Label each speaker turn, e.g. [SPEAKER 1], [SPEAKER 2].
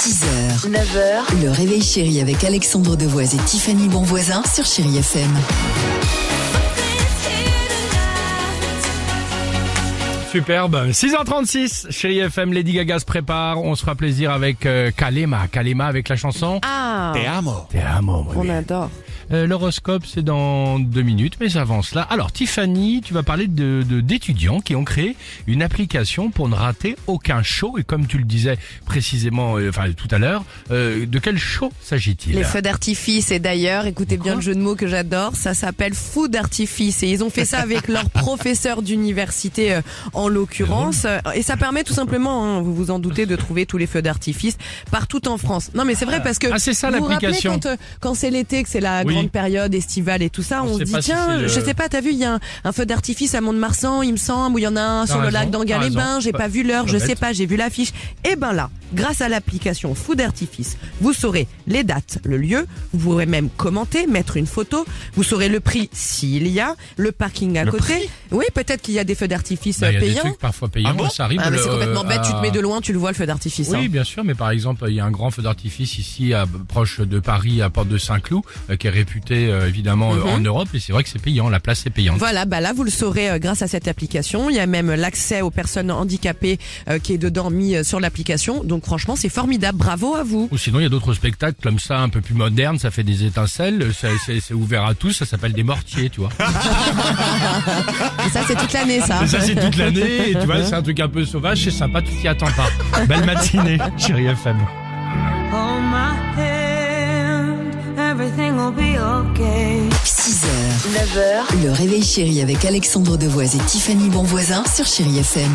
[SPEAKER 1] 6h, 9h, le réveil chéri avec Alexandre Devoise et Tiffany Bonvoisin sur Chéri FM.
[SPEAKER 2] Superbe. 6h36, chérie FM, Lady Gaga se prépare. On se fera plaisir avec euh, Kalema. Kalema avec la chanson.
[SPEAKER 3] Ah,
[SPEAKER 2] T'es un mot,
[SPEAKER 3] on adore.
[SPEAKER 2] Euh, L'horoscope, c'est dans deux minutes, mais avant cela. Alors, Tiffany, tu vas parler de de- d'étudiants qui ont créé une application pour ne rater aucun show. Et comme tu le disais précisément, euh, enfin tout à l'heure, euh, de quel show s'agit-il
[SPEAKER 3] Les feux d'artifice et d'ailleurs, écoutez bien le jeu de mots que j'adore, ça s'appelle fou d'artifice et ils ont fait ça avec leur professeur d'université euh, en l'occurrence Euh, et ça permet tout simplement, hein, vous vous en doutez, de trouver tous les feux d'artifice partout en France. Non mais c'est vrai parce que
[SPEAKER 2] Ah, c'est ça,
[SPEAKER 3] vous vous rappelez
[SPEAKER 2] l'application.
[SPEAKER 3] quand, euh, quand c'est l'été, que c'est la
[SPEAKER 2] Oui.
[SPEAKER 3] grande période estivale et tout ça,
[SPEAKER 2] On
[SPEAKER 3] on, se
[SPEAKER 2] sait
[SPEAKER 3] dit
[SPEAKER 2] pas si
[SPEAKER 3] tiens,
[SPEAKER 2] c'est le-
[SPEAKER 3] je sais pas, t'as vu, il y a un, un feu d'artifice à Mont-de-Marsan, il me semble, ou il y en a un sur le
[SPEAKER 2] raison,
[SPEAKER 3] lac
[SPEAKER 2] t'as
[SPEAKER 3] d'Angalébin,
[SPEAKER 2] raison.
[SPEAKER 3] j'ai
[SPEAKER 2] Pas-
[SPEAKER 3] pas vu l'heure,
[SPEAKER 2] pas
[SPEAKER 3] je
[SPEAKER 2] bête.
[SPEAKER 3] sais pas, j'ai vu l'affiche. Et ben là, grâce à l'application Fou d'artifice, vous saurez les dates, le lieu, vous pourrez même commenter, mettre une photo, vous saurez le prix s'il y a, le parking à
[SPEAKER 2] Le
[SPEAKER 3] côté.
[SPEAKER 2] prix
[SPEAKER 3] oui, peut-être qu'il y a des feux d'artifice
[SPEAKER 2] Bah,
[SPEAKER 3] euh,
[SPEAKER 2] Il y a des
[SPEAKER 3] payants.
[SPEAKER 2] trucs parfois payants,
[SPEAKER 4] Ah bon
[SPEAKER 2] ça arrive.
[SPEAKER 3] Ah, mais c'est
[SPEAKER 2] le- euh, ah.
[SPEAKER 3] complètement bête, tu te
[SPEAKER 2] à-
[SPEAKER 3] mets de loin, tu le vois le feu d'artifice.
[SPEAKER 2] Oui,
[SPEAKER 3] hein.
[SPEAKER 2] bien sûr, mais par exemple, il y a un grand feu d'artifice ici, à, proche de Paris, à Porte de Saint-Cloud, euh, qui est réputé euh, évidemment euh,
[SPEAKER 3] Mhm.
[SPEAKER 2] en Europe, et c'est vrai que c'est payant, la place est payante.
[SPEAKER 3] Voilà, bah là vous le saurez euh, grâce à cette application. Il y a même l'accès aux personnes handicapées euh, qui est dedans mis euh, sur l'application. Donc franchement, c'est formidable. Bravo à vous.
[SPEAKER 2] Ou sinon, il y a d'autres spectacles comme ça, un peu plus modernes, ça fait des étincelles, euh, ça- c'est c'est ouvert à tous, ça s'appelle des mortiers, tu vois.
[SPEAKER 3] Et ça, c'est toute l'année, ça.
[SPEAKER 2] Et Ah, ça, c'est toute l'année, et tu vois, c'est un truc un peu sauvage, c'est sympa, tu t'y attends pas. Belle matinée, chérie FM.
[SPEAKER 5] Hold my hand, everything will be okay.
[SPEAKER 1] 6h, 9h, le réveil chéri avec Alexandre Devoise et Tiffany Bonvoisin sur Chéri FM.